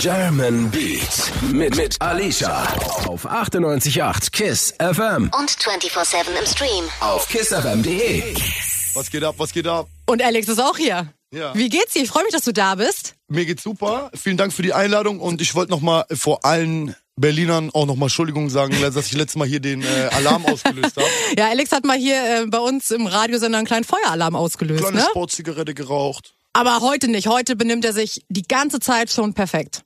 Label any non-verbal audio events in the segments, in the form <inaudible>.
German Beats mit, mit Alicia auf 98.8 KISS FM und 24-7 im Stream. auf kissfm.de. Was geht ab, was geht ab? Und Alex ist auch hier. Ja. Wie geht's dir? Ich freue mich, dass du da bist. Mir geht's super. Vielen Dank für die Einladung und ich wollte nochmal vor allen Berlinern auch nochmal Entschuldigung sagen, <laughs> dass ich letztes Mal hier den äh, Alarm ausgelöst habe. Ja, Alex hat mal hier äh, bei uns im Radiosender einen kleinen Feueralarm ausgelöst, Kleine ne? Sportzigarette geraucht. Aber heute nicht. Heute benimmt er sich die ganze Zeit schon perfekt.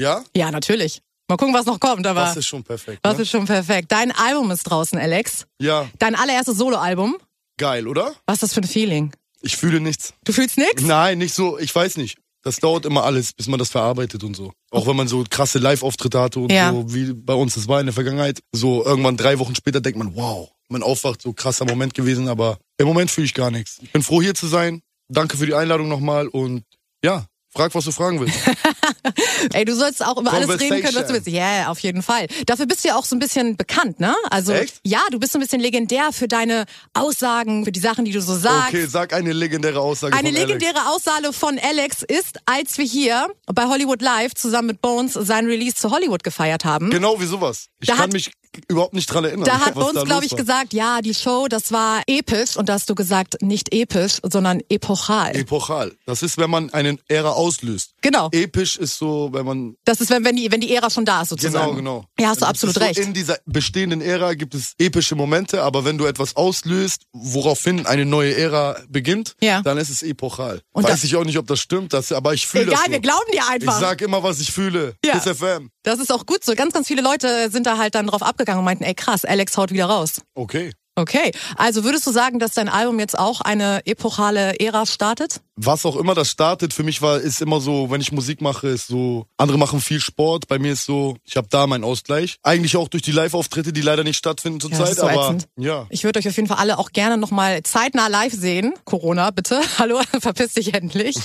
Ja? Ja, natürlich. Mal gucken, was noch kommt, aber Das ist schon perfekt. was Ne? ist schon perfekt. Dein Album ist draußen, Alex. Ja, Dein allererstes Soloalbum. geil, oder? Was ist das für ein Feeling? Ich fühle nichts. Du fühlst nix? Nein, nicht so, ich weiß nicht. Das dauert immer alles, bis man das verarbeitet und so. Auch wenn man so krasse Live-Auftritte hatte und Ja. so, wie bei uns das war in der Vergangenheit. So irgendwann drei Wochen später denkt man, wow, man aufwacht, so krasser Moment gewesen, aber im Moment fühle ich gar nichts. Ich bin froh, hier zu sein. Danke für die Einladung nochmal und ja, frag, was du fragen <laughs> willst. Ey, du sollst auch über alles reden können, was du Conversation. willst. Ja, yeah, auf jeden Fall. Dafür bist du ja auch so ein bisschen bekannt, ne? Also Echt? ja, du bist so ein bisschen legendär für deine Aussagen, für die Sachen, die du so sagst. Okay, sag eine legendäre Aussage Eine von Alex. legendäre Aussage von Alex ist, als wir hier bei Hollywood Live zusammen mit Bones sein Release zu Hollywood gefeiert haben. Genau wie sowas. Ich Hm? Da kann hat- mich überhaupt nicht dran erinnern. Da <laughs> hat was Bones, da glaube los ich, war. gesagt, ja, die Show, das war episch. Und da hast du gesagt, nicht episch, sondern epochal. E- Epochal. Das ist, wenn man eine Ära auslöst. Genau. Episch ist so, wenn man das ist, wenn, wenn, die, wenn die Ära schon da ist, sozusagen. Genau, genau. Ja, hast du Es absolut ist so, recht. In dieser bestehenden Ära gibt es epische Momente, aber wenn du etwas auslöst, woraufhin eine neue Ära beginnt, Ja. dann ist es epochal. Und Weiß da- ich auch nicht, ob das stimmt, das, aber ich fühle das. Egal, so. wir glauben dir Ich einfach. sag immer, was ich fühle. Ja. Kiss FM. das ist auch gut so. Ganz, ganz viele Leute sind da halt dann drauf abgegangen und meinten, ey krass, Alex haut wieder raus. Okay. Okay, also würdest du sagen, dass dein Album jetzt auch eine epochale Ära startet? was auch immer das startet, für mich war ist immer so, wenn ich Musik mache, ist so, andere machen viel Sport, bei mir ist so, ich habe da meinen Ausgleich. Eigentlich auch durch die Live-Auftritte, die leider nicht stattfinden Ja, das zurzeit, ist so aber ätzend. ja. Ich würde euch auf jeden Fall alle auch gerne nochmal zeitnah live sehen. Corona, bitte. <laughs> Hallo, verpiss <laughs> dich endlich.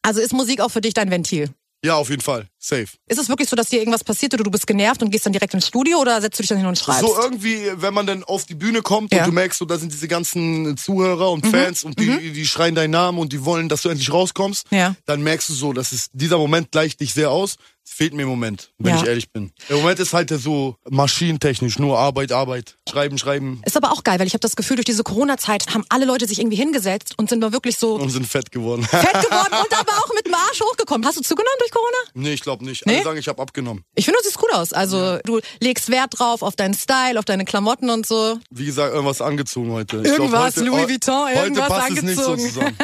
Also ist Musik auch für dich dein Ventil? Ja, auf jeden Fall. Safe. Ist es wirklich so, dass dir irgendwas passiert oder du bist genervt und gehst dann direkt ins Studio oder setzt du dich dann hin und schreibst? So irgendwie, wenn man dann auf die Bühne kommt Ja. Mhm. und du merkst, so, da sind diese ganzen Zuhörer und Fans und die, die schreien deinen Namen und die wollen, dass du endlich rauskommst, Ja. dann merkst du so, dass es, dieser Moment gleicht dich sehr aus. Es fehlt mir im Moment, wenn Ja. ich ehrlich bin. Im Moment ist halt so maschinentechnisch, nur Arbeit, Arbeit, Schreiben, Schreiben Ist aber auch geil, weil ich habe das Gefühl, durch diese Corona-Zeit haben alle Leute sich irgendwie hingesetzt und sind mal wirklich <laughs> so und sind fett geworden. fett geworden und aber auch mit dem Arsch hochgekommen. Hast du zugenommen durch Corona? <laughs> nee, ich glaube nicht. Nee? Alle sagen, ich habe abgenommen. Ich finde, du siehst gut aus. Also du legst Wert drauf auf deinen Style, auf deine Klamotten und so. Wie gesagt, irgendwas angezogen heute. Ich Irgendwas, glaub, heute, Louis Vuitton, heute irgendwas passt Es nicht so angezogen. zusammen.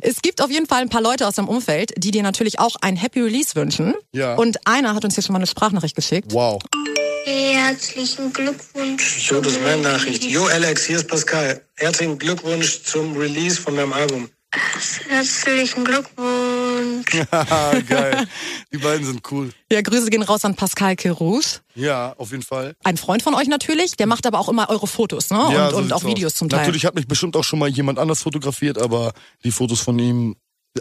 Es gibt auf jeden Fall ein paar Leute aus deinem Umfeld, die dir natürlich auch ein Happy Release wünschen. Ja. Und einer hat uns hier schon mal eine Sprachnachricht geschickt. <laughs> Wow. <laughs> Herzlichen Glückwunsch. So, das ist meine Nachricht. Jo, Alex, hier ist Pascal. Herzlichen Glückwunsch zum Release von deinem Album. Herzlichen Glückwunsch. Ah, Geil. Die beiden sind cool. Ja, Grüße gehen raus an Pascal Kerouge. Ja, auf jeden Fall. Ein Freund von euch natürlich. Der macht aber auch immer eure Fotos, ne? Ja, und so und sieht's auch aus. Videos zum Teil. Natürlich hat mich bestimmt auch schon mal jemand anders fotografiert, aber die Fotos von ihm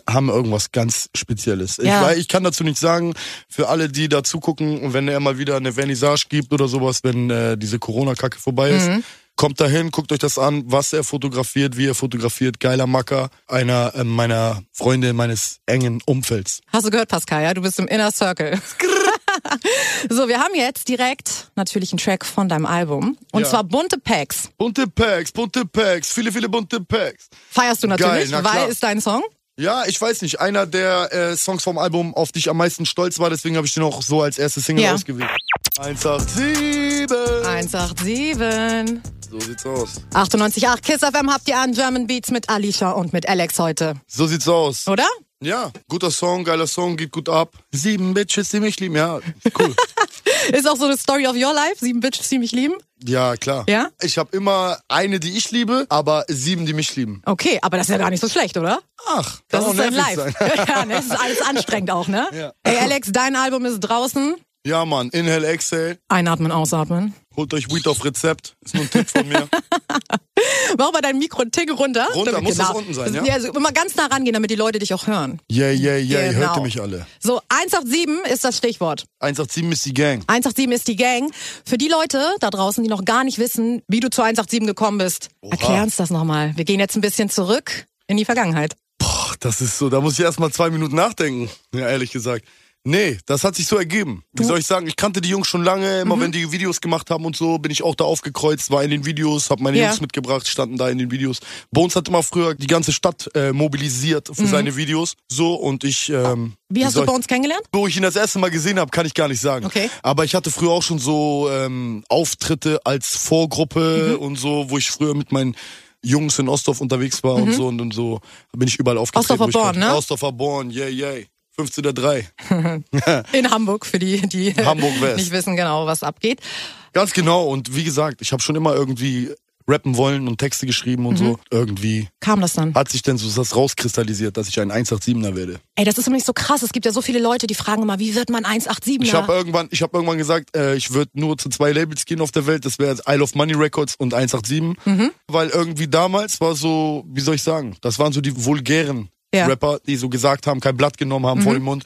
haben irgendwas ganz Spezielles. Ja. Ich, weiß, ich kann dazu nichts sagen. Für alle, die da zugucken, und wenn er mal wieder eine Vernissage gibt oder sowas, wenn äh, diese Corona-Kacke vorbei ist, Mhm. kommt da hin, guckt euch das an, was er fotografiert, wie er fotografiert. Geiler Macker, einer äh, meiner Freunde meines engen Umfelds. Hast du gehört, Pascal, ja? Du bist im Inner Circle. <laughs> so, wir haben jetzt direkt natürlich einen Track von deinem Album. Und Ja. zwar Bunte Packs. Bunte Packs, bunte Packs, viele, viele bunte Packs. Feierst du natürlich, Geil, na klar. weil ist dein Song. Ja, ich weiß nicht. Einer der äh, Songs vom Album, auf die ich am meisten stolz war, deswegen habe ich den auch so als erste Single Ja. ausgewählt. 187. 187. So sieht's aus. 98.8 Kiss FM habt ihr an German Beats mit Alicia und mit Alex heute. So sieht's aus. Oder? Ja, guter Song, geiler Song, geht gut ab. Sieben Bitches, die mich lieben. Ja, <laughs> cool. Ist auch so eine Story of your life. Sieben Bitches, die mich lieben. ja, klar. Ja? Ich habe immer eine, die ich liebe, aber sieben, die mich lieben. Okay, aber das ist ja gar nicht so schlecht, oder? Ach, kann Das auch ist dein nervig Live. sein. <laughs> ja, ne, das ist alles anstrengend auch, ne? Ja. Ey, Alex, dein Album ist draußen. Ja, Mann. Inhale, Exhale. Einatmen, ausatmen. Holt euch Weed auf Rezept. Ist nur ein Tipp von <laughs> mir. Mach mal dein Mikro einen Tick runter. Runter, muss das unten sein, ja? also immer ganz nah rangehen, damit die Leute dich auch hören. Yeah, yeah, yeah. Genau. Hört ihr mich alle? So, 187 ist das Stichwort. 187 ist die Gang. 187 ist die Gang. Für die Leute da draußen, die noch gar nicht wissen, wie du zu 187 gekommen bist, erklär uns das nochmal. Wir gehen jetzt ein bisschen zurück in die Vergangenheit. Das ist so, da muss ich erstmal zwei Minuten nachdenken, ja, ehrlich gesagt. Nee, das hat sich so ergeben. Wie soll ich sagen, ich kannte die Jungs schon lange, Mhm. immer wenn die Videos gemacht haben und so, bin ich auch da aufgekreuzt, war in den Videos, hab meine Ja. Jungs mitgebracht, standen da in den Videos. Bones hat immer früher die ganze Stadt äh, mobilisiert für seine Videos, so und ich... Ähm, Mhm. Wie hast soll du ich- Bones kennengelernt? wo ich ihn das erste Mal gesehen habe, kann ich gar nicht sagen. Okay. Aber ich hatte früher auch schon so ähm, Auftritte als Vorgruppe Mhm. und so, wo ich früher mit meinen Jungs in Ostdorf unterwegs war und so und, und so bin ich überall aufgetreten. Ostdorfer wo ich Mhm. Born, konnte. ne? Ostdorfer Born, yeah, yeah. 15.3. In Hamburg, für die, die Hamburg West. nicht wissen genau, was abgeht. Ganz genau. Und wie gesagt, ich habe schon immer irgendwie rappen wollen und Texte geschrieben Mhm. und so. Irgendwie Kam das dann? hat sich denn so das rauskristallisiert, dass ich ein 187er werde. Ey, das ist nämlich so krass. Es gibt ja so viele Leute, die fragen immer, wie wird man 187er? Ich habe irgendwann, ich hab äh, irgendwann gesagt, äh, ich würde nur zu zwei Labels gehen auf der Welt. Das wäre Isle of Money Records und 187. Weil irgendwie damals war so, wie soll ich sagen, das waren so die vulgären Ja. Rapper, die so gesagt haben, kein Blatt genommen haben vor dem Mund.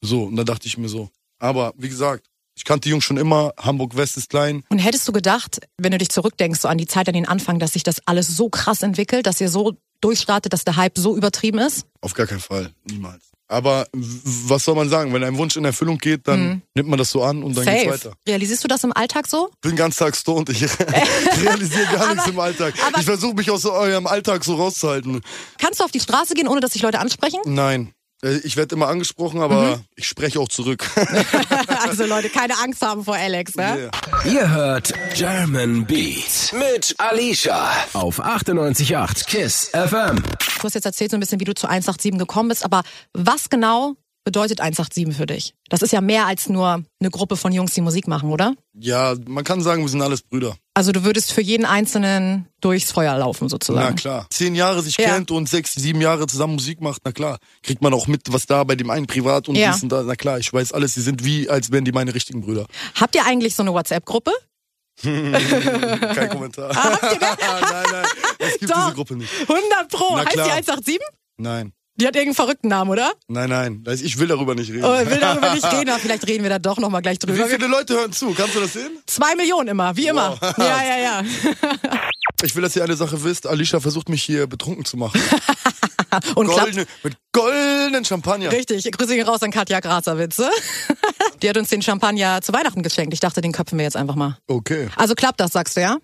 So, und da dachte ich mir so. Aber wie gesagt, ich kannte die Jungs schon immer. Hamburg West ist klein. Und hättest du gedacht, wenn du dich zurückdenkst, so an die Zeit, an den Anfang, dass sich das alles so krass entwickelt, dass ihr so durchstartet, dass der Hype so übertrieben ist? Auf gar keinen Fall, niemals. Aber w- was soll man sagen? Wenn ein Wunsch in Erfüllung geht, dann nimmt man das so an und dann geht's weiter. Realisierst du das im Alltag so? Ich bin ganz tags stoned. <laughs> Ich realisiere gar nichts im Alltag. aber- Ich versuche mich aus so eurem Alltag so rauszuhalten. Kannst du auf die Straße gehen, ohne dass sich <laughs> Leute ansprechen? <laughs> Nein. Äh, Ich werde immer angesprochen, aber Mhm. ich spreche auch zurück. Also Leute, keine Angst haben vor Alex, ne? Yeah. Ihr hört German Beats mit Alicia auf 98.8 KISS FM. Du hast jetzt erzählt so ein bisschen, wie du zu 187 gekommen bist, aber was genau bedeutet 187 für dich? Das ist ja mehr als nur eine Gruppe von Jungs, die Musik machen, oder? <laughs> ja, man kann sagen, wir sind alles Brüder. Also du würdest für jeden Einzelnen durchs Feuer laufen sozusagen. Na klar. Zehn Jahre sich Ja. kennt und sechs, sieben Jahre zusammen Musik macht, na klar. Kriegt man auch mit, was da bei dem einen privat und Ja. dies und da. Na klar, ich weiß alles. Sie sind wie, als wären die meine richtigen Brüder. Habt ihr eigentlich so eine WhatsApp-Gruppe? Kein <laughs> Kommentar. <laughs> nein, nein. Es gibt Ah, Doch. diese Gruppe nicht. 100 Pro. Na heißt die klar. 187? Nein. Die hat irgendeinen verrückten <laughs> Namen, oder? Nein, nein. Also Ich will darüber nicht reden. Oh, will darüber nicht reden, aber vielleicht reden wir da doch nochmal gleich <laughs> Wie drüber. viele Leute hören zu? Kannst du das sehen? Zwei Millionen immer, wie immer. Wow. Ja, ja, ja. Ich will, dass ihr eine Sache wisst. Alicia versucht mich hier betrunken zu <laughs> machen. Und klappt. Goldene, mit goldenen Champagner. Richtig, Grüße gehen raus an Katja Grazerwitze. <laughs> Die hat uns den Champagner zu Weihnachten geschenkt. Ich dachte, den köpfen wir jetzt einfach mal. Okay, Also klappt das, sagst du, ja?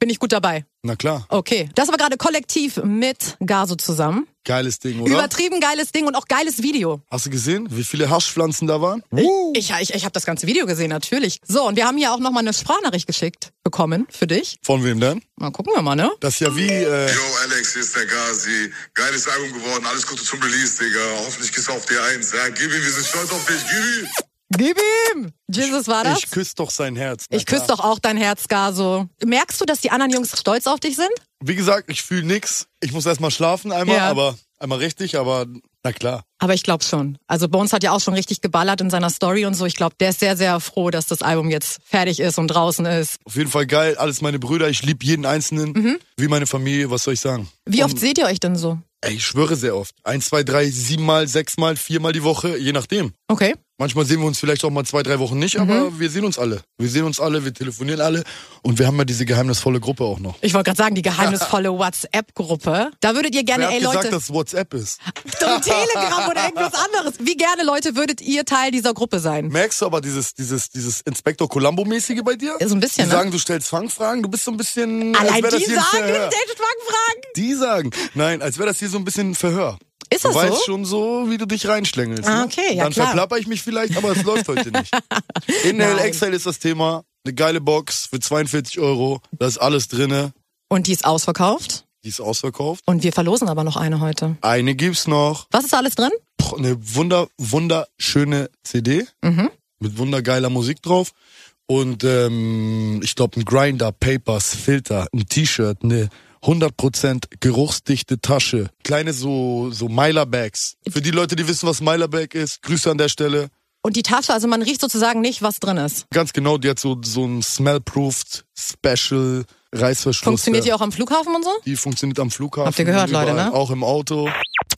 Bin ich gut dabei. na klar. Okay. Das war gerade kollektiv mit Gaso zusammen. Geiles Ding, oder? Übertrieben geiles Ding und auch geiles Video. Hast du gesehen, wie viele Haschpflanzen da waren? Ich, ich, ich habe das ganze Video gesehen, natürlich. So, und wir haben hier auch nochmal eine Sprachnachricht geschickt bekommen für dich. Von wem denn? Mal gucken wir mal, ne? Das ist ja wie, äh, Yo, Alex, hier ist der Gazi. Geiles Album geworden. Alles Gute zum Release, Digga. Hoffentlich gehst du auf die Eins. Ja, gib ihm, wir sind stolz auf dich. Gib ihm. Gib ihm! Jesus war das? ich küsse doch sein Herz. Na Ich küsse klar. doch auch dein Herz, Gaso. Merkst du, dass die anderen Jungs stolz auf dich sind? Wie gesagt, ich fühle nix. Ich muss erstmal schlafen einmal, Ja. aber einmal richtig, aber na klar. Aber ich glaube schon. Also Bones hat ja auch schon richtig geballert in seiner Story und so. Ich glaube, der ist sehr, sehr froh, dass das Album jetzt fertig ist und draußen ist. Auf jeden Fall geil, alles meine Brüder, ich liebe jeden Einzelnen, wie meine Familie, was soll ich sagen? Mhm. Wie oft seht ihr euch denn so? Ey, ich schwöre sehr oft. Eins, zwei, drei, siebenmal, sechsmal, viermal die Woche, je nachdem. Okay. Manchmal sehen wir uns vielleicht auch mal zwei, drei Wochen nicht, aber Mhm. wir sehen uns alle. Wir sehen uns alle, wir telefonieren alle und wir haben ja diese geheimnisvolle Gruppe auch noch. Ich wollte <laughs> gerade sagen, die geheimnisvolle WhatsApp-Gruppe. Da würdet ihr gerne, Wer hat ey gesagt, Leute, Ah. dass WhatsApp ist? <laughs> und Telegram oder irgendwas anderes. Wie gerne, Leute, würdet ihr Teil dieser Gruppe sein? Merkst du aber dieses, dieses, dieses Inspektor Columbo-mäßige bei dir? So ein bisschen, Die ne? sagen, du stellst Fangfragen, du bist so ein bisschen. als Allein wär das äh, die hier ein sagen, Verhör. David Fragen. Die sagen. Nein, als wäre das hier so ein bisschen ein Verhör. Ist das du weißt so? schon so, wie du dich reinschlängelst. Ah, ne? okay, ja, Dann klar. verplapper ich mich vielleicht, aber es läuft heute <laughs> nicht. Inhale, Nein. Exhale ist das Thema. Eine geile Box für 42 Euro. Da ist alles drinne. Und die ist ausverkauft. Die ist ausverkauft. Und wir verlosen aber noch eine heute. Eine gibt's noch. Was ist da alles drin? Boah, eine wunder, wunderschöne CD mit wundergeiler Musik drauf. Und ähm, ich glaube, ein Grinder, Papers, Filter, ein T-Shirt, eine 100% geruchsdichte Tasche. Kleine so, so Myler-Bags. Für die Leute, die wissen, was Myler-Bag ist, Grüße an der Stelle. Und die Tasche, also man riecht sozusagen nicht, was drin ist. Ganz genau, die hat so, so ein Smell-Proofed Special Reißverschluss. äh, Funktioniert die ja. auch am Flughafen und so? Die funktioniert am Flughafen. Habt ihr gehört, überall, Leute, ne? Auch im Auto.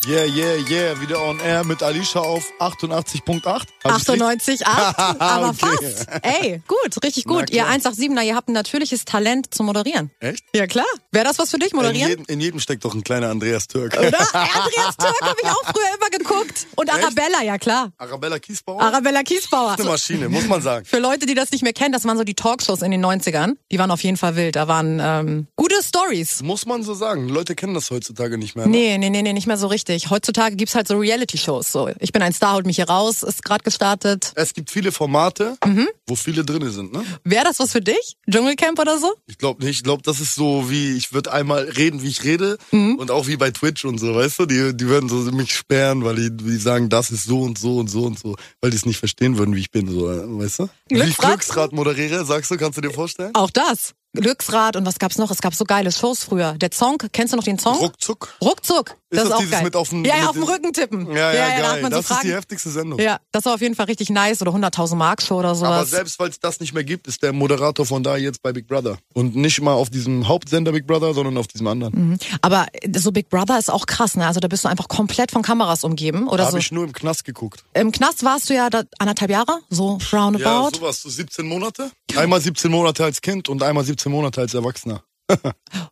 Yeah, yeah, yeah. Wieder on air mit Alicia auf 88.8. Hab ich's richtig? <laughs> 98, 8, aber Okay. fast. Ey, gut, richtig Na gut. Ihr klar. 187er, ihr habt ein natürliches Talent zum Moderieren. Echt? Ja, klar. Wäre das was für dich, In moderieren? jedem, in jedem steckt doch ein kleiner Andreas Türk. Oder? Andreas Türk habe ich auch früher immer geguckt. Und Arabella, ja klar. <laughs> Arabella Kiesbauer? Arabella Kiesbauer. eine Maschine, muss man sagen. Für Leute, die das nicht mehr kennen, das waren so die Talkshows in den 90ern. Die waren auf jeden Fall wild. Da waren ähm, gute Stories. Muss man so sagen. Leute kennen das heutzutage nicht mehr. ne? Nee, nee, nee, nee, nicht mehr so richtig. Heutzutage gibt's halt so Reality-Shows. So, ich bin ein Star, holt mich hier raus, ist gerade gestartet. Es gibt viele Formate, Mhm. wo viele drin sind, ne? Wäre das was für dich? Dschungelcamp oder so? Ich glaube nicht. Ich glaube, das ist so wie, ich würde einmal reden, wie ich rede. Mhm. Und auch wie bei Twitch und so, weißt du? Die, die würden so mich sperren, weil die, die sagen, das ist so und so und so und so. Weil die es nicht verstehen würden, wie ich bin, so, äh, weißt du? Wie ich Glücksrad? Glücksrad moderiere, sagst du, kannst Äh, du dir vorstellen? Auch das. Glücksrad und was gab's noch? Es gab so geile Shows früher. Der Song, kennst du noch den Song? Ruckzuck. Ruckzuck. Ist Das ist, das auch dieses geil. mit auf dem- ja, ja, mit auf dem dem- Rücken tippen. Ja, ja, da geil. hat man das so ist die Fragen. heftigste Sendung. Ja, das war auf jeden Fall richtig nice oder 100.000 Mark Show oder sowas. Aber selbst weil es das nicht mehr gibt, ist der Moderator von da jetzt bei Big Brother. Und nicht mal auf diesem Hauptsender Big Brother, sondern auf diesem anderen. Mhm. Aber so Big Brother ist auch krass, ne? Also da bist du einfach komplett von Kameras umgeben Da oder hab so. habe ich nur im Knast geguckt. Im Knast warst du ja da anderthalb Jahre, so roundabout. sowas, so 17 Monate? Einmal 17 Monate als Kind und einmal 17 Monate als Erwachsener.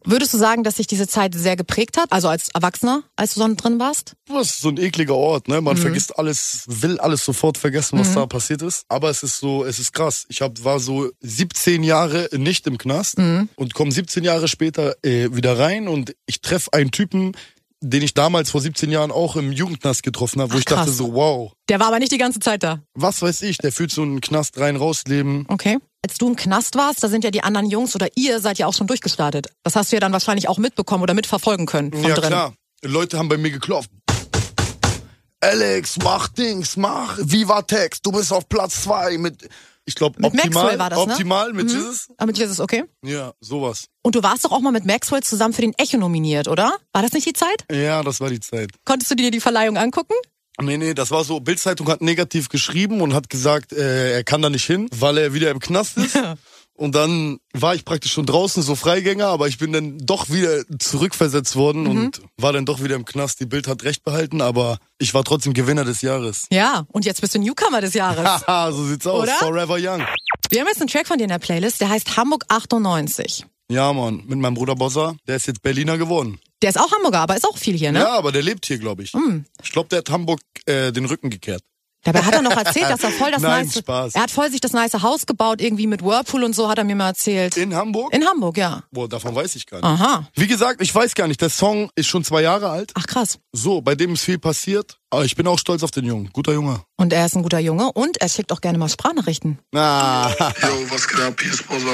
Würdest du sagen, dass sich diese Zeit sehr geprägt hat? Also als Erwachsener, als du so drin warst? Das ist so ein ekliger Ort, ne? Mhm. Man vergisst alles, will alles sofort vergessen, was da passiert ist. Aber es ist so, es ist krass. Ich hab, war so 17 Jahre nicht im Knast Mhm. und komme 17 Jahre später äh, wieder rein und ich treffe einen Typen, den ich damals vor 17 Jahren auch im Jugendknast getroffen habe, wo Ach, ich dachte krass. so, wow, Der war aber nicht die ganze Zeit da. was weiß ich, der fühlt so einen Knast rein, raus leben. Okay. Als du im Knast warst, da sind ja die anderen Jungs oder ihr seid ja auch schon durchgestartet. Das hast du ja dann wahrscheinlich auch mitbekommen oder mitverfolgen können von ja, drin. klar. Leute haben bei mir geklopft. Alex, mach Dings, mach. Viva Text, du bist auf Platz zwei mit. Ich glaube, Mit optimal. Maxwell war das, ne? optimal mit Jesus. Aber Jesus, okay. Ja, sowas. Und du warst doch auch mal mit Maxwell zusammen für den Echo nominiert, oder? War das nicht die Zeit? Ja, das war die Zeit. Konntest du dir die Verleihung angucken? Nee, nee, das war so. Bildzeitung hat negativ geschrieben und hat gesagt, äh, er kann da nicht hin, weil er wieder im Knast <laughs> ist. Und dann war ich praktisch schon draußen, so Freigänger, aber ich bin dann doch wieder zurückversetzt worden Mhm. und war dann doch wieder im Knast. Die Bild hat recht behalten, aber ich war trotzdem Gewinner des Jahres. Ja. Und jetzt bist du Newcomer des <laughs> Jahres. Haha, so sieht's aus. Oder? Forever Young. Wir haben jetzt einen Track von dir in der Playlist, der heißt Hamburg 98. Ja, Mann. Mit meinem Bruder Bossa. Der ist jetzt Berliner geworden. Der ist auch Hamburger, aber ist auch viel hier, ne? Ja, aber der lebt hier, glaube ich. Hm. Ich glaube, der hat Hamburg äh, den Rücken gekehrt. Dabei hat er noch erzählt, dass er voll <laughs> das Nein, nice. Spaß. Er hat voll sich das nice Haus gebaut, irgendwie mit Whirlpool und so, hat er mir mal erzählt. In Hamburg? In Ah. Hamburg, ja. Boah, davon weiß ich gar nicht. Aha. Wie gesagt, ich weiß gar nicht. Der Song ist schon zwei Jahre alt. Ach krass. So, bei dem ist viel passiert. Aber ich bin auch stolz auf den Jungen. Guter Junge. Und er ist ein guter Junge und er schickt auch gerne mal Sprachnachrichten. Na, <laughs> Yo, was geht ab? Hier ist Bossa.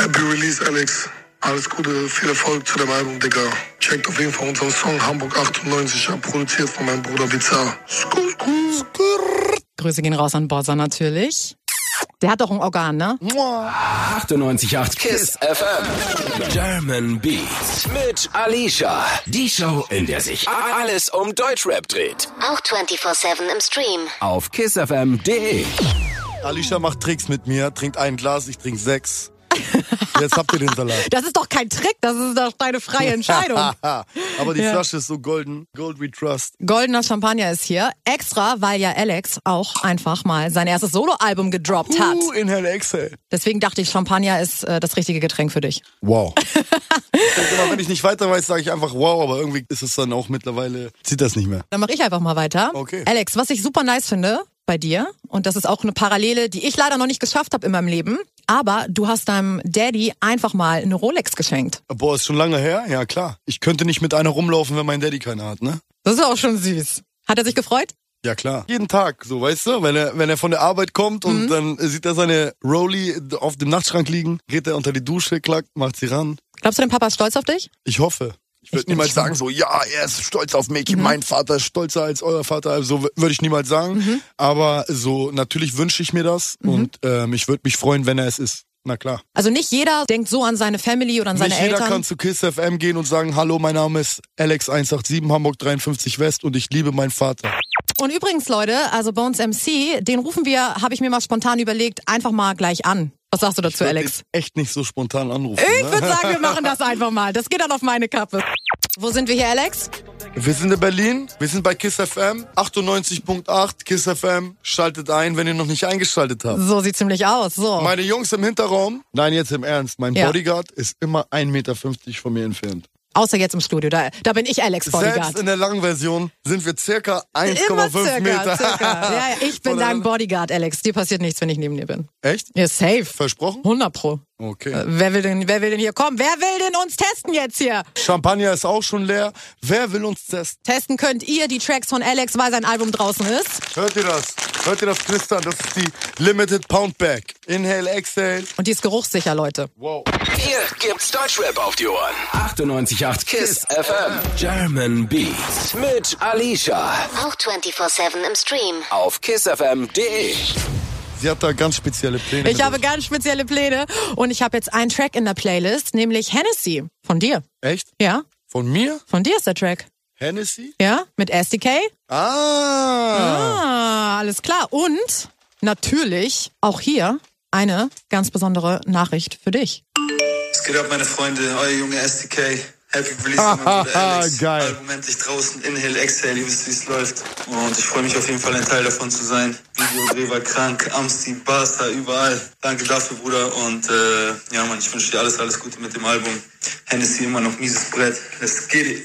Happy Release, Alex. Alles Gute, viel Erfolg zu dem Album, Digga. Checkt auf jeden Fall unseren Song Hamburg 98 ab, produziert von meinem Bruder Bizarre. Skur, skur. Grüße gehen raus an Borsa natürlich. Der hat doch ein Organ, ne? 988 Kiss FM. German Beats mit Alicia. Die Show, in der sich a- alles um Deutschrap dreht. Auch 24-7 im Stream. Auf kissfm.de. Alicia macht Tricks mit mir. Trinkt ein Glas, ich trinke sechs. Jetzt habt ihr den Salat. Das ist doch kein Trick, das ist doch deine freie <laughs> Entscheidung. <laughs> aber die Flasche ist so golden. Gold we trust. Goldener Champagner ist hier. Extra, weil ja Alex auch einfach mal sein erstes Soloalbum gedroppt hat. Uh, inhale, exhale. Deswegen dachte ich, Champagner ist äh, das richtige Getränk für dich. <laughs> Wow. ich denke immer, Genau, wenn ich nicht weiter weiß, sage ich einfach wow, aber irgendwie ist es dann auch mittlerweile, zieht das nicht mehr. Dann mache ich einfach mal weiter. Okay. Alex, was ich super nice finde bei dir, und das ist auch eine Parallele, die ich leider noch nicht geschafft habe in meinem Leben, aber du hast deinem Daddy einfach mal eine Rolex geschenkt. Boah, ist schon lange her? Ja, klar. Ich könnte nicht mit einer rumlaufen, wenn mein Daddy keine hat, ne? Das ist auch schon süß. Hat er sich gefreut? Ja, klar. Jeden Tag, so, weißt du? Wenn er, wenn er von der Arbeit kommt und dann sieht er seine Rolli auf dem Nachtschrank liegen, geht er unter die Dusche, klack, macht sie ran. Glaubst du, dein Papa ist stolz auf dich? Ich hoffe. Ich Mhm. würde niemals sagen, so, ja, er ist stolz auf mich, mein Vater ist stolzer als euer Vater, also w- würde ich niemals sagen. Aber so, natürlich wünsche ich mir das und ähm, ich würde mich freuen, wenn er es ist. Na klar. Also nicht jeder denkt so an seine Family oder an seine Nicht jeder Eltern. kann zu Kiss FM gehen und sagen, hallo, mein Name ist Alex 187 Hamburg 53 West und ich liebe meinen Vater. Und übrigens, Leute, also Bones MC, den rufen wir, habe ich mir mal spontan überlegt, einfach mal gleich an. Was sagst du dazu, Alex? Ich würd Echt nicht so spontan anrufen. Ich ne? würde sagen, wir machen das einfach mal. Das geht dann auf meine Kappe. Wo sind wir hier, Alex? Wir sind in Berlin, wir sind bei KISS FM, 98.8 KISS FM. Schaltet ein, wenn ihr noch nicht eingeschaltet habt. So sieht ziemlich aus. So. Meine Jungs im Hinterraum, nein, jetzt im Ernst, mein Ja. Bodyguard ist immer 1,50 Meter von mir entfernt. Außer jetzt im Studio. Da, da bin ich Alex Selbst Bodyguard. in der langen Version sind wir circa Immer 1,5 circa, Meter. circa. Ja, ja, <laughs> ich bin dein voneinander. Bodyguard, Alex. Dir passiert nichts, wenn ich neben dir bin. Echt? Ja, safe. Versprochen? 100 pro. Äh, Okay. Wer will, denn, wer will denn hier kommen? Wer will denn uns testen jetzt hier? Champagner ist auch schon leer. Wer will uns testen? Testen könnt ihr die Tracks von Alex, weil sein Album draußen ist. Hört ihr das? Hört ihr das, Christian? Das ist die Limited Pound Bag. Inhale, Exhale. Und die ist geruchssicher, Leute. Hier gibt's Deutschrap auf die Ohren. 98.8 KISS FM. German Beats mit Alicia Auch 24-7 im Stream. auf kissfm.de. Sie hat da ganz spezielle Pläne. Ich mit habe uns. ganz spezielle Pläne und ich habe jetzt einen Track in der Playlist, nämlich Hennessy. Von dir. Echt? Ja, Von mir? von dir ist der Track. Hennessy? Ja, mit SDK. Ah! Ah, alles klar. Und natürlich auch hier eine ganz besondere Nachricht für dich. Es geht ab, meine Freunde, euer junge SDK. Happy Release, mein Bruder Alex. Geil. Album endlich draußen, Inhale, Exhale, ihr wisst, wie es läuft. Und ich freue mich auf jeden Fall, ein Teil davon zu sein. Videodreh war krank, Amsti, Basta, überall. Danke dafür, Bruder. Und äh, ja, Mann, ich wünsche dir alles, alles Gute mit dem Album. Hennessy immer noch mieses Brett. Let's get it.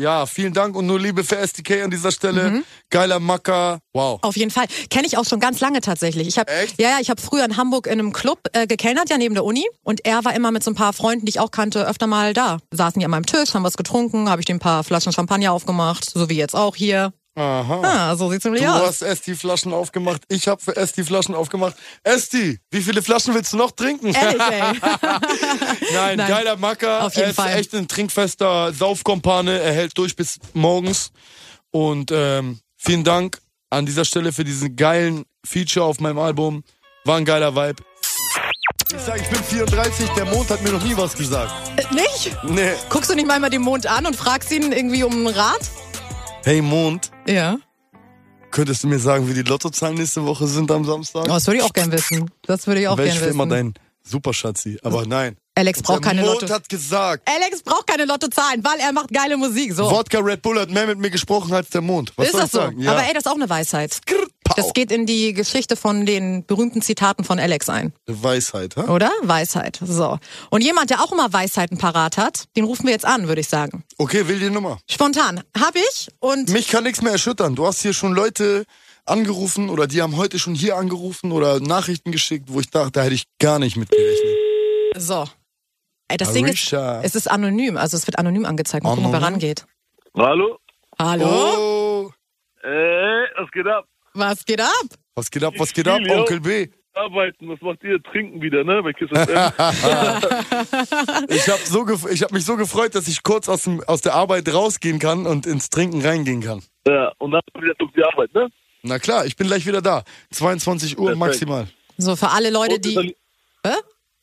Ja, vielen Dank und nur Liebe für SDK an dieser Stelle. Mhm. Geiler Macker. Wow. Auf jeden Fall. Kenne ich auch schon ganz lange tatsächlich. Ich hab, Echt? Ja, ja, ich habe früher in Hamburg in einem Club äh, gekellnert, ja, neben der Uni. Und er war immer mit so ein paar Freunden, die ich auch kannte, öfter mal da. Saßen die an meinem Tisch, haben was getrunken, habe ich den paar Flaschen Champagner aufgemacht, so wie jetzt auch hier. Aha. Ah, so sieht's nämlich Du aus. hast Esti-Flaschen aufgemacht. Ich habe für Esti-Flaschen aufgemacht. Esti, wie viele Flaschen willst du noch trinken? Ehrlich, ey. Nein, Nein. geiler Macker. Auf jeden er ist Fall. echt ein trinkfester Saufkompane. Er hält durch bis morgens. Und ähm, vielen Dank an dieser Stelle für diesen geilen Feature auf meinem Album. War ein geiler Vibe. Ich sag, ich bin 34, der Mond hat mir noch nie was gesagt. Äh, <laughs> Nicht? Nee. Guckst du nicht mal den Mond an und fragst ihn irgendwie um einen Rat? Hey Mond, Ja. könntest du mir sagen, wie die Lottozahlen nächste Woche sind am Samstag? Oh, das würde ich auch gern wissen. Das würde ich auch Welch gern für wissen. Äh, immer dein Superschatzi. Aber nein. Alex braucht der keine Mond Lotto. hat gesagt. Alex braucht keine Lottozahlen, weil er macht geile Musik. So. Wodka Red Bull hat mehr mit mir gesprochen als der Mond. Was Oh. ist soll das ich so? sagen? Ja. Aber ey, das ist auch eine Weisheit. Pau. Das geht in die Geschichte von den berühmten Zitaten von Alex ein, Weisheit, ha? oder? Weisheit. So. Und jemand, der auch immer Weisheiten parat hat, den rufen wir jetzt an, würde ich sagen. Okay, will die Nummer. Spontan. Hab ich und Mich kann nichts mehr erschüttern. Du hast hier schon Leute angerufen oder die haben heute schon hier angerufen oder Nachrichten geschickt, wo ich dachte, da hätte ich gar nicht mit gerechnet. so. Ey, das Ding ist, Arisha. es ist anonym, also es wird anonym angezeigt. Mal gucken, wer Anonym? rangeht. Hallo? Hallo? Oh, Äh, was geht ab? Was geht ab? was geht ab, was geht ab, Emilio. Onkel B? Arbeiten, was macht ihr? Trinken wieder, ne? Bei Kiss <laughs> FM. Ich habe so gef- ich hab mich so gefreut, dass ich kurz aus, dem, aus der Arbeit rausgehen kann und ins Trinken reingehen kann. ja, und dann wieder zurück die Arbeit, ne? Na klar, ich bin gleich wieder da. 22 Uhr Perfekt. maximal. So, für alle Leute, Und Äh, ist die. Ali- Hä?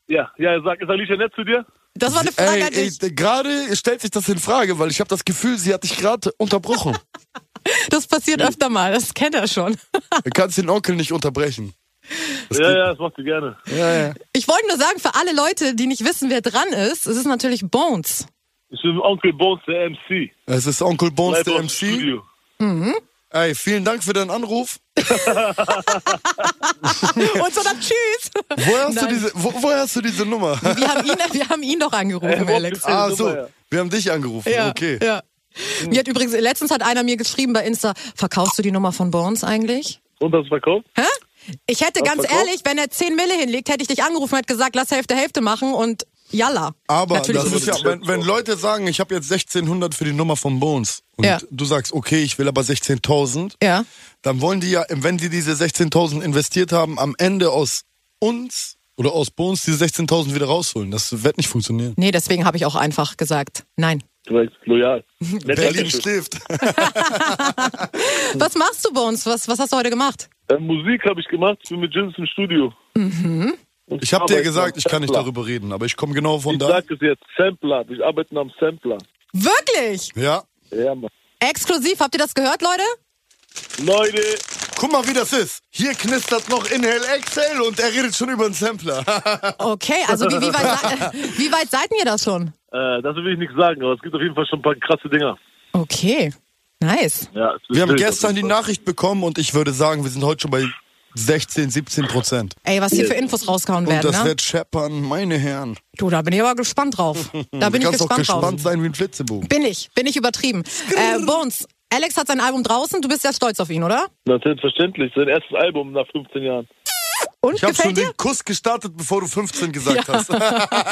Ja, ja, sag, ist Alicia nett zu dir? Das war eine Ey, Frage an ey dich. d- gerade stellt sich das in Frage, weil ich habe das Gefühl, sie hat dich gerade <laughs> unterbrochen. Das passiert öfter mal, das kennt er schon. <laughs> Du kannst den Onkel nicht unterbrechen. Das ja, geht- ja, das macht sie gerne. ja, ja. Ich wollte nur sagen, für alle Leute, die nicht wissen, wer dran ist, es ist natürlich <laughs> Bones. Ich bin Onkel Bones, der MC. Es ist Onkel Bones, Live der aus dem MC. Studio. Ey, vielen Dank für deinen Anruf. Und so dann Tschüss. Woher hast, du Nein. diese, wo, woher hast du diese Nummer? Wir haben ihn, wir haben ihn doch angerufen, <laughs> Alex. ah, Nummer, so. ja. Wir haben dich angerufen. Ja, okay. ja. Mir hat übrigens, letztens hat einer mir geschrieben bei Insta, verkaufst du die Nummer von Bones eigentlich? Und hast du verkauft? Hä? Ich hätte ganz verkauft? ehrlich, wenn er 10 Mille hinlegt, hätte ich dich angerufen und hätte gesagt, lass Hälfte, Hälfte machen und jalla. Aber Natürlich das ist nicht. ja, wenn, wenn Leute sagen, ich habe jetzt 1600 für die Nummer von Bones und Ja. du sagst, okay, ich will aber 16.000, Ja. dann wollen die ja, wenn sie diese 16.000 investiert haben, am Ende aus uns oder aus Bones diese 16.000 wieder rausholen. Das wird nicht funktionieren. Nee, deswegen habe ich auch einfach gesagt, nein. Du warst <laughs> loyal. Nett, Berlin Dankeschön. schläft. Was machst du Bones? Was, was hast du heute gemacht? äh, Musik habe ich gemacht, ich bin mit Jins im Studio. Mhm. Ich habe dir gesagt, ich kann nicht darüber reden, aber ich komme genau von Ich da. sag es jetzt, Sampler. Ich arbeite am Sampler. Wirklich? Ja. Ja, Mann. Exklusiv, habt ihr das gehört, Leute? Leute, Guck mal, wie das ist. Hier knistert noch Inhale Exhale und er redet schon über einen Sampler. <laughs> Okay, also wie, wie, weit, sei- <laughs> wie weit seid ihr da schon? äh, das will ich nicht sagen, aber es gibt auf jeden Fall schon ein paar krasse Dinger. Okay, nice. Ja, es wird Wir haben wild, gestern auf die jeden Fall. Nachricht bekommen und ich würde sagen, wir sind heute schon bei 16, 17 Prozent. Ey, was hier für Infos rausgehauen Und werden, das ne? wird scheppern, meine Herren. Du, da bin ich aber gespannt drauf. Da bin du ich kannst gespannt auch drauf. gespannt sein wie ein Flitzebogen. Bin ich, bin ich übertrieben. Äh, Bones, Alex hat sein Album draußen, du bist ja stolz auf ihn, oder? Na, selbstverständlich. Sein erstes Album nach 15 Jahren. Und Ich habe schon gefällt dir? den Kuss gestartet, bevor du 15 gesagt hast. <laughs>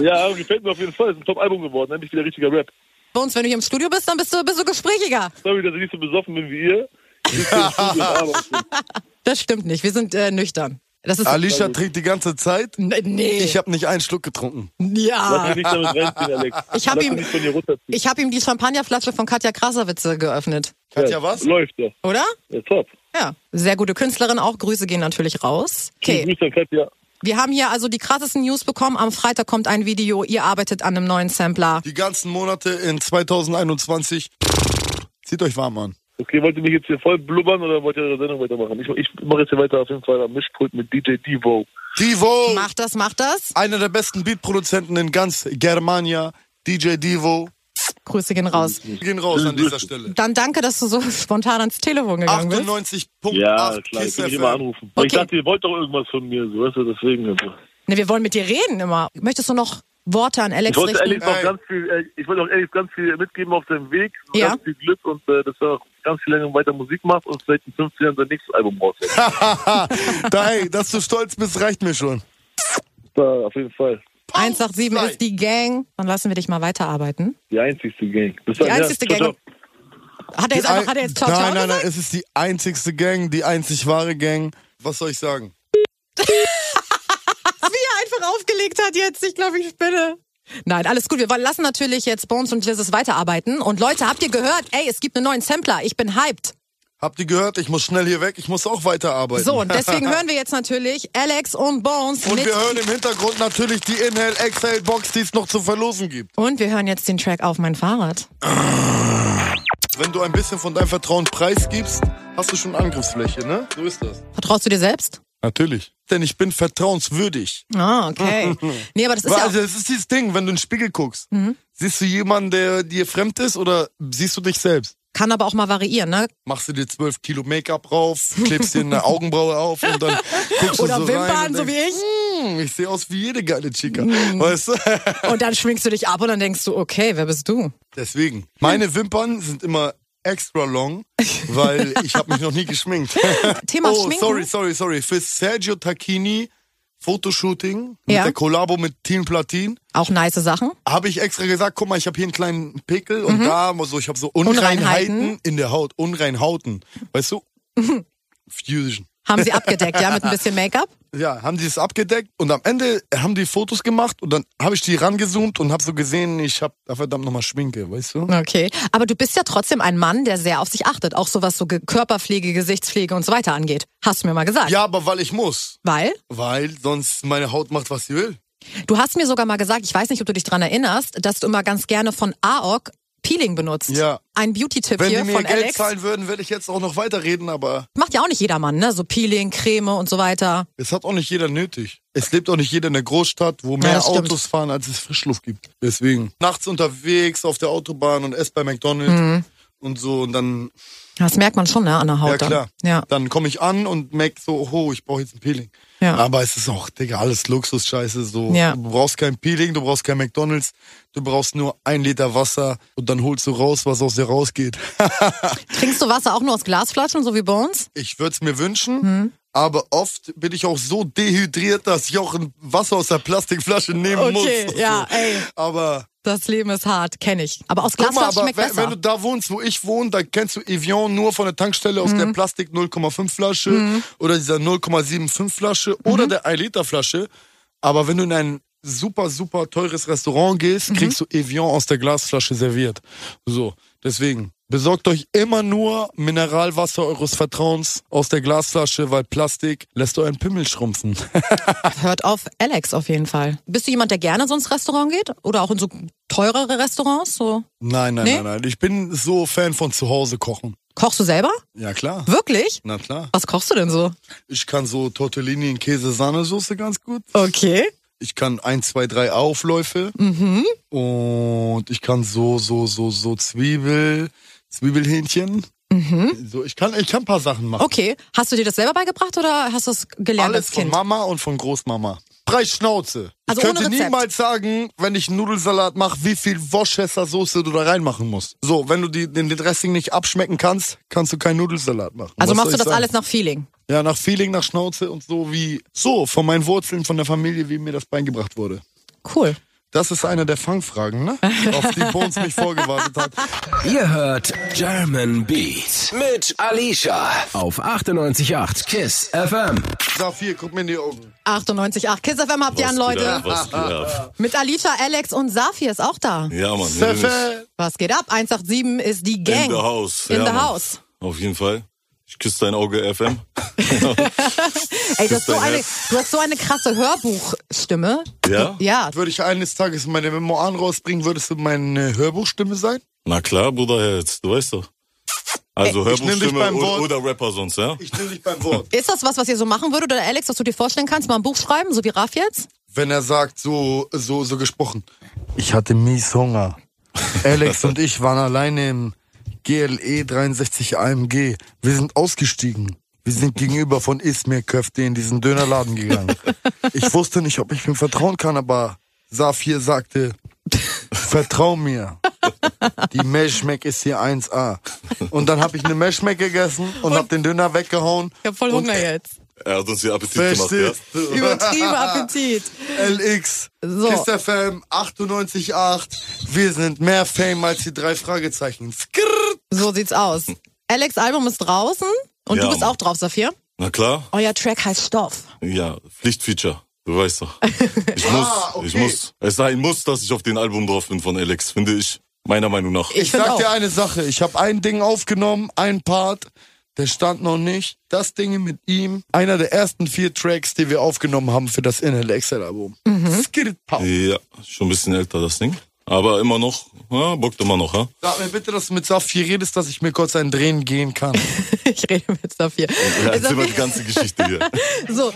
Ja, gefällt mir auf jeden Fall. Ist ein Top-Album geworden. Endlich wieder richtiger Rap. Bones, wenn du hier im Studio bist, dann bist du, bist du gesprächiger. Sorry, dass ich nicht so besoffen bin wie ihr. Ich <laughs> sitze im Studio und arbeite. Das stimmt nicht, wir sind äh, nüchtern. Das ist Alicia trinkt die ganze Zeit. N- Nee, Ich habe nicht einen Schluck getrunken. Lass ja. dich nicht damit reinziehen, Alex. Ich hab Lass ihm- dich nicht von dir runterziehen. Ich habe ihm die Champagnerflasche von Katja Krasavitze geöffnet, Katja, was? Läuft ja. oder? Ja, top. Ja, sehr gute Künstlerin auch. Grüße gehen natürlich raus. Okay. Okay, Grüße an Katja. wir haben hier also die krassesten News bekommen. Am Freitag kommt ein Video. Ihr arbeitet an einem neuen Sampler. Die ganzen Monate in 2021. Zieht euch warm an. Okay, wollt ihr mich jetzt hier voll blubbern oder wollt ihr eure Sendung weitermachen? Ich, ich mache jetzt hier weiter auf jeden Fall am Mischpult mit DJ Devo. Divo! Macht das, macht das. Einer der besten Beatproduzenten in ganz Germania. DJ Divo. Grüße gehen raus. Mhm. Gehen raus an dieser Stelle. Dann danke, dass du so <laughs> spontan ans Telefon gegangen bist. 98.8 Ja, klar, ich Kiss kann mich immer FM. anrufen. Weil Ich Okay. dachte, ihr wollt doch irgendwas von mir, so, weißt du, deswegen. Also. Ne, wir wollen mit dir reden immer. Möchtest du noch Worte an Alex Ich wollte richten? Alex auch Nein. ganz viel, äh, ich wollte auch Alex ganz viel mitgeben auf seinem Weg, Ja. ganz viel Glück und äh, dass er auch ganz viel länger weiter Musik macht und vielleicht in 15 Jahren sein nächstes Album rauskommt. <laughs> da, hey, dass du stolz bist, reicht mir schon. Da, auf jeden Fall. 187 ist die Gang. Dann lassen wir dich mal weiterarbeiten. Die einzigste Gang. Bis Die dann, ja. einzigste Ciao, Gang. ciao. Hat er jetzt einfach, hat er jetzt Ciao Ciao nein, nein, nein, gesagt? es ist die einzigste Gang, die einzig wahre Gang. Was soll ich sagen? Wie er einfach aufgelegt hat jetzt. Ich glaube, ich spinne. Nein, alles gut. Wir wollen- lassen natürlich jetzt Bones und Jizzes weiterarbeiten. Und Leute, habt ihr gehört? Ey, es gibt einen neuen Sampler. Ich bin hyped. Habt ihr gehört? Ich muss schnell hier weg, ich muss auch weiterarbeiten. So, und deswegen hören wir jetzt natürlich Alex und Bones <laughs> Und mit. wir hören im Hintergrund natürlich die Inhale Exhale Box, die es noch zu verlosen gibt. und wir hören jetzt den Track auf mein Fahrrad. Wenn du ein bisschen von deinem Vertrauen preisgibst, hast du schon Angriffsfläche, ne? So ist das. Vertraust du dir selbst? Natürlich. Denn ich bin vertrauenswürdig. <laughs> Ah, okay. Nee, aber das ist Weil, ja also, auch, Mhm. es ist dieses Ding, wenn du in den Spiegel guckst, siehst du jemanden, der dir fremd ist oder siehst du dich selbst? kann aber auch mal variieren, ne? Machst du dir zwölf Kilo Make-up rauf, klebst dir <laughs> eine Augenbraue auf und dann guckst Oder du so rein Wimpern, und so wie denkst, ich. Mhm. "Hm, ich sehe aus wie jede geile Chica. Weißt du? <laughs> Und dann schminkst du dich ab und dann denkst du, okay, wer bist du? Deswegen. Meine Wimpern sind immer extra long, <laughs> weil ich habe mich noch nie geschminkt. Thema oh, Schminken. sorry, sorry, sorry. Für Sergio Tacchini Fotoshooting mit Ja. der Kollabo mit Team Platin Auch nice Sachen. habe ich extra gesagt, guck mal, ich habe hier einen kleinen Pickel und da so, ich habe so Unreinheiten, Mhm. Unreinheiten. in der Haut, Unreinhauten. Weißt <laughs> du? Fusion. Haben sie abgedeckt, ja, mit ein bisschen Make-up. Ja, haben die es abgedeckt und am Ende haben die Fotos gemacht und dann habe ich die rangezoomt und habe so gesehen, ich habe da verdammt nochmal Schminke, weißt du? Okay. Aber du bist ja trotzdem ein Mann, der sehr auf sich achtet. Auch so was so Ge- Körperpflege, Gesichtspflege und so weiter angeht. Hast du mir mal gesagt. Ja, aber weil ich muss. Weil Weil sonst meine Haut macht, was sie will. du hast mir sogar mal gesagt, ich weiß nicht, ob du dich dran erinnerst, dass du immer ganz gerne von AOC Peeling benutzt. Ja. Ein Beauty-Tipp Wenn hier die mir von Geld Alex. zahlen würden, würde ich jetzt auch noch weiterreden, aber Macht ja auch nicht jedermann, ne? So Peeling, Creme und so weiter. es hat auch nicht jeder nötig. Es lebt auch nicht jeder in der Großstadt, wo mehr das stimmt. Autos fahren, als es Frischluft gibt. Deswegen. Nachts unterwegs auf der Autobahn und esse bei McDonalds und so und dann, Das merkt man schon, ne? An der Mhm. Haut. ja klar. Dann. Ja. Dann komme ich an und merk so, oh, ich brauche jetzt ein Peeling. Ja. Aber es ist auch, Digga, alles Luxusscheiße. So. Ja. Du brauchst kein Peeling, du brauchst kein McDonalds, du brauchst nur ein Liter Wasser und dann holst du raus, was aus dir rausgeht. <laughs> Trinkst du Wasser auch nur aus Glasflaschen, so wie Bones? Ich würde es mir wünschen, Hm. aber oft bin ich auch so dehydriert, dass ich auch ein Wasser aus der Plastikflasche nehmen muss. Okay, und ja, so. ey. Aber Das Leben ist hart, kenne ich. Aber aus guck mal, Glasflaschen aber schmeckt wenn, besser. wenn du da wohnst, wo ich wohne, da kennst du Evian nur von der Tankstelle aus Mhm. der Plastik 0,5 Flasche oder dieser 0,75 Flasche Mhm. oder der 1 Liter Flasche. Aber wenn du in ein super, super teures Restaurant gehst, Mhm. kriegst du Evian aus der Glasflasche serviert. So, deswegen. Besorgt euch immer nur Mineralwasser eures Vertrauens aus der Glasflasche, weil Plastik lässt euren Pimmel schrumpfen. <laughs> Hört auf Alex auf jeden Fall. Bist du jemand, der gerne so ins Restaurant geht? Oder auch in so teurere Restaurants? So. nein, nein, Nee? nein, nein. Ich bin so Fan von zu Hause kochen. Kochst du selber? Ja, klar. Wirklich? Na klar. Was kochst du denn so? Ich kann so Tortellini in Käse-Sahnesoße ganz gut. Okay. ich kann ein, zwei, drei Aufläufe Mhm. und ich kann so, so, so, so Zwiebel, Zwiebelhähnchen. So, ich kann, ich kann ein paar Sachen machen. Mhm. Okay, hast du dir das selber beigebracht oder hast du es gelernt Alles als von Kind? Mama und von Großmama. Drei Schnauze. Also ich ohne könnte Rezept. niemals sagen, wenn ich einen Nudelsalat mache, wie viel Worcestershire-Soße du da reinmachen musst. So, wenn du die, den, den Dressing nicht abschmecken kannst, kannst du keinen Nudelsalat machen. Also Was soll machst du ich das sagen? alles nach Feeling? Ja, nach Feeling, nach Schnauze und so wie, so, von meinen Wurzeln, von der Familie, wie mir das beigebracht wurde. Cool. Das ist eine der Fangfragen, <laughs> ne? Auf die Bones mich vorgewartet hat. Ihr hört German Beats mit Alicia auf 98.8 KISS FM. Saphir, guck mir in die Augen. 98,8 Kiss FM habt ihr an, Leute. Was geht ab? Mit Alicia, Alex und Safi ist auch da. Ja, Mann. wir sind Pfeffer. Was geht ab? 187 ist die Gang. In the house. In ja, the Mann. house. Auf jeden Fall. Ich küsse dein Auge FM. Ey, du hast, so dein eine, Herz. du hast so eine krasse Hörbuchstimme. Ja? Ja, Würde ich eines Tages meine Memoiren rausbringen, würdest du meine Hörbuchstimme sein? Na klar, Bruderherz. Du weißt doch. Also ich nehm dich Hörbuchstimme beim oder, Wort. oder Rapper sonst, ja? Ich nehme dich beim Wort. Ist das was, was ihr so machen würdet oder Alex, was du dir vorstellen kannst? Mal ein Buch schreiben, so wie Raf jetzt? Wenn er sagt, so, so, so gesprochen. Ich hatte mies <laughs> Hunger. Alex und ich waren alleine im E GLE 63 AMG. Wir sind ausgestiegen. Wir sind gegenüber von Ismir Köfte in diesen Dönerladen <laughs> gegangen. Ich wusste nicht, ob ich ihm vertrauen kann, aber Safir sagte, vertrau mir. Die Meshmek ist hier 1A. Und dann habe ich eine Meshmek gegessen und, hab den Döner weggehauen. Ich habe voll Hunger jetzt. <laughs> Er hat uns hier Appetit gemacht, Verstehst ja? du? Übertrieben Appetit. LX, So. Kiss FM 98.8. Wir sind mehr Fame als die drei Fragezeichen. Skrrr. So sieht's aus. Alex Album ist draußen und Ja, du bist Mann. auch drauf, Saphir. Na klar. Euer Track heißt Stoff. Ja, Pflichtfeature. Du weißt doch. <laughs> Ich muss, Ah, ich muss. Es sei ein Muss, dass ich auf den Album drauf bin von Alex, finde ich. Meiner Meinung nach. Ich Ich find sag auch. dir eine Sache. Ich habe ein Ding aufgenommen, ein Part, der stand noch nicht. Das Ding mit ihm, einer der ersten vier Tracks, die wir aufgenommen haben für das Inhale Excel Album. Mhm. Skrrr. Pow. Ja, schon ein bisschen älter, das Ding. Aber immer noch, ja, bockt immer noch, ja? Sag mir bitte, dass du mit Safir redest, dass ich mir kurz ein Drehen gehen kann. <laughs> Ich rede mit Saphir. Ja, jetzt Saphir- sind wir die ganze Geschichte hier. <laughs> So.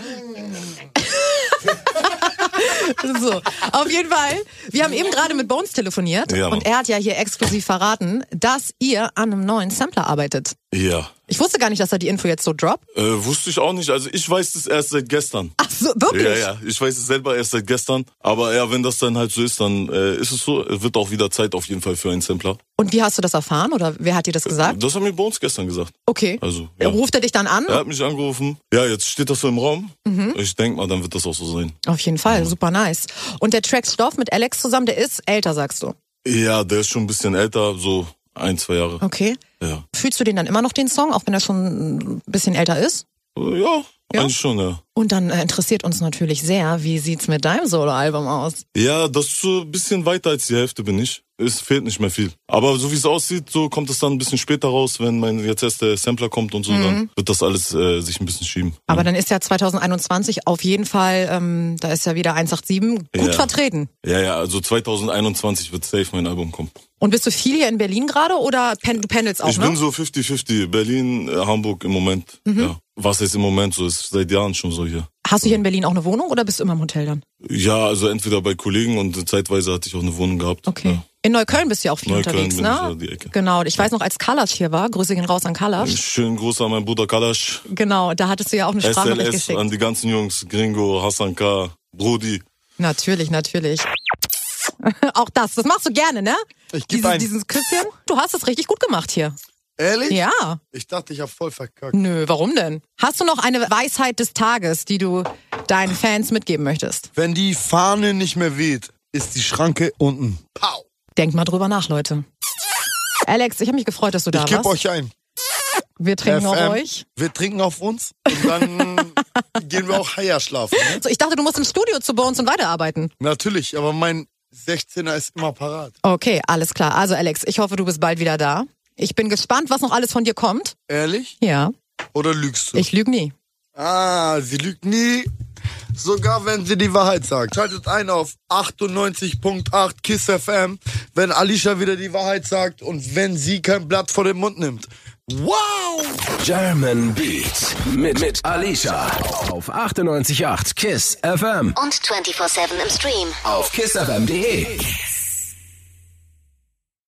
<laughs> so, auf jeden Fall. Wir haben eben gerade mit Bones telefoniert Ja, Mann. und er hat ja hier exklusiv verraten, dass ihr an einem neuen Sampler arbeitet. Ja. Ich wusste gar nicht, dass er die Info jetzt so droppt. Äh, wusste ich auch nicht. Also ich weiß es erst seit gestern. Ach so, wirklich? Ja, ja. Ich weiß es selber erst seit gestern. Aber ja, wenn das dann halt so ist, dann äh, ist es so. Es Wird auch wieder Zeit auf jeden Fall für einen Sampler. Und wie hast du das erfahren oder wer hat dir das gesagt? Das haben wir bei uns gestern gesagt. Okay. Äh, Also, ja. Ruft er dich dann an? Er hat mich angerufen. Ja, jetzt steht das so im Raum. Ich denke mal, dann wird das auch so sein. Auf jeden Fall, Mhm. super nice. Und der Track Stoff mit Alex zusammen, der ist älter, sagst du. Ja, der ist schon ein bisschen älter, so ein, zwei Jahre. Okay. Ja. Fühlst du den dann immer noch den Song, auch wenn er schon ein bisschen älter ist? Äh, Ja, Ja? eigentlich schon, ja. Und dann äh, interessiert uns natürlich sehr, wie sieht's mit deinem Soloalbum aus? Ja, das ist so ein bisschen weiter als die Hälfte bin ich. Es fehlt nicht mehr viel. Aber so wie es aussieht, so kommt es dann ein bisschen später raus, wenn mein jetzt erst der Sampler kommt und so, Mhm. dann wird das alles äh, sich ein bisschen schieben. Aber dann ist ja 2021 auf jeden Fall, ähm, da ist ja wieder 187 gut Ja. vertreten. ja, ja, also 2021 wird safe mein Album kommen. Und bist du viel hier in Berlin gerade oder pen du pendelst auch, ich ne? bin so 50-50, Berlin, äh, Hamburg im Moment. Mhm. Ja. Was heißt im Moment so? Ist seit Jahren schon so hier. Hast du hier in Berlin auch eine Wohnung oder bist du immer im Hotel dann? Ja, also entweder bei Kollegen und zeitweise hatte ich auch eine Wohnung gehabt. Okay. Ja. In Neukölln bist du ja auch viel Neukölln unterwegs, bin ne? ich so die Ecke. Genau. Ich weiß noch, als Kalasch hier war, Grüße gehen raus an Kalasch. Schönen Gruß an meinen Bruder Kalash, Genau, da hattest du ja auch eine Sprachnachricht SLS, geschickt. an die ganzen Jungs, Gringo, Hassan K., Brody. Natürlich, natürlich. <laughs> Auch das, das machst du gerne, ne? Ich geb dieses, ein. dieses Küsschen. Du hast es richtig gut gemacht hier. Ehrlich? Ja. Ich dachte, ich hab voll verkackt. Nö, warum denn? Hast du noch eine Weisheit des Tages, die du deinen Fans mitgeben möchtest? Wenn die Fahne nicht mehr weht, ist die Schranke unten. Pow. Denkt mal drüber nach, Leute. Alex, ich habe mich gefreut, dass du da Ich geb warst. euch ein. Wir trinken auf FM. euch. Wir trinken auf uns und <laughs> dann gehen wir auch higher schlafen. Ne? So, ich dachte, du musst im Studio zu Bones und weiterarbeiten. Natürlich, aber mein 16er ist immer parat. Okay, alles klar. Also Alex, ich hoffe, du bist bald wieder da. Ich bin gespannt, was noch alles von dir kommt. Ehrlich? Ja, Oder lügst du? ich lüge nie. Ah, sie lügt nie. Sogar wenn sie die Wahrheit sagt. Schaltet ein auf 98.8 KISS FM, wenn Alicia wieder die Wahrheit sagt und wenn sie kein Blatt vor den Mund nimmt. Wow! German Beat mit, mit Alicia auf 98.8 KISS FM Und 24-7 im Stream. auf kissfm.de.